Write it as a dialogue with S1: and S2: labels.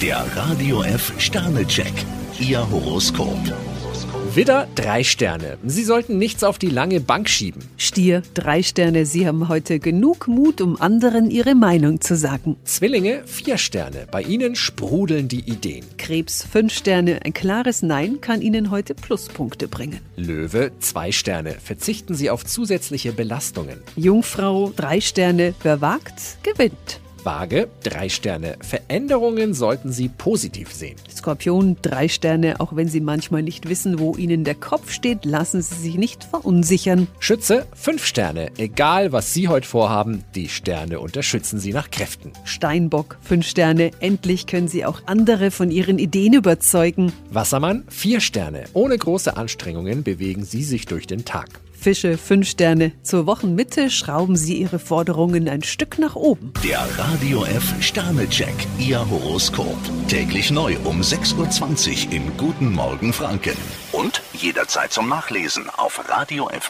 S1: Der Radio F Sternecheck, Ihr Horoskop.
S2: Widder, drei Sterne. Sie sollten nichts auf die lange Bank schieben.
S3: Stier, drei Sterne, Sie haben heute genug Mut, um anderen Ihre Meinung zu sagen.
S2: Zwillinge, vier Sterne. Bei Ihnen sprudeln die Ideen.
S3: Krebs, fünf Sterne, ein klares Nein kann Ihnen heute Pluspunkte bringen.
S2: Löwe, zwei Sterne. Verzichten Sie auf zusätzliche Belastungen.
S3: Jungfrau, drei Sterne, wer wagt, gewinnt.
S2: Waage, drei Sterne. Veränderungen sollten Sie positiv sehen.
S3: Skorpion, drei Sterne, auch wenn Sie manchmal nicht wissen, wo Ihnen der Kopf steht, lassen Sie sich nicht verunsichern.
S2: Schütze, fünf Sterne. Egal, was Sie heute vorhaben, die Sterne unterstützen Sie nach Kräften.
S3: Steinbock, fünf Sterne, endlich können Sie auch andere von Ihren Ideen überzeugen.
S2: Wassermann, vier Sterne. Ohne große Anstrengungen bewegen Sie sich durch den Tag.
S3: Fische, fünf Sterne, zur Wochenmitte schrauben Sie Ihre Forderungen ein Stück nach oben.
S1: Der Radio F Sternecheck, Ihr Horoskop. Täglich neu um 6.20 Uhr im Guten Morgen Franken. Und jederzeit zum Nachlesen auf radiof.de.